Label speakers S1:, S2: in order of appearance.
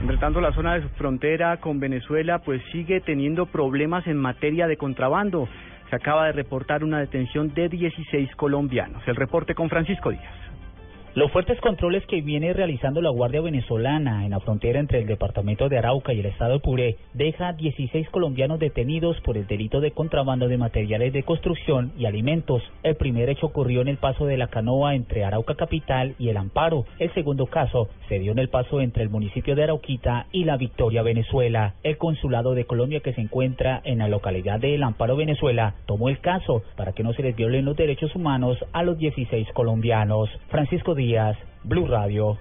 S1: Entre tanto, la zona de su frontera con Venezuela pues sigue teniendo problemas en materia de contrabando. Se acaba de reportar una detención de 16 colombianos. El reporte con Francisco Díaz.
S2: Los fuertes controles que viene realizando la Guardia Venezolana en la frontera entre el departamento de Arauca y el estado de Puré deja 16 colombianos detenidos por el delito de contrabando de materiales de construcción y alimentos. El primer hecho ocurrió en el paso de la canoa entre Arauca Capital y El Amparo. El segundo caso se dio en el paso entre el municipio de Arauquita y la Victoria, Venezuela. El consulado de Colombia que se encuentra en la localidad de El Amparo, Venezuela, tomó el caso para que no se les violen los derechos humanos a los 16 colombianos. Francisco Díaz, Blue Radio.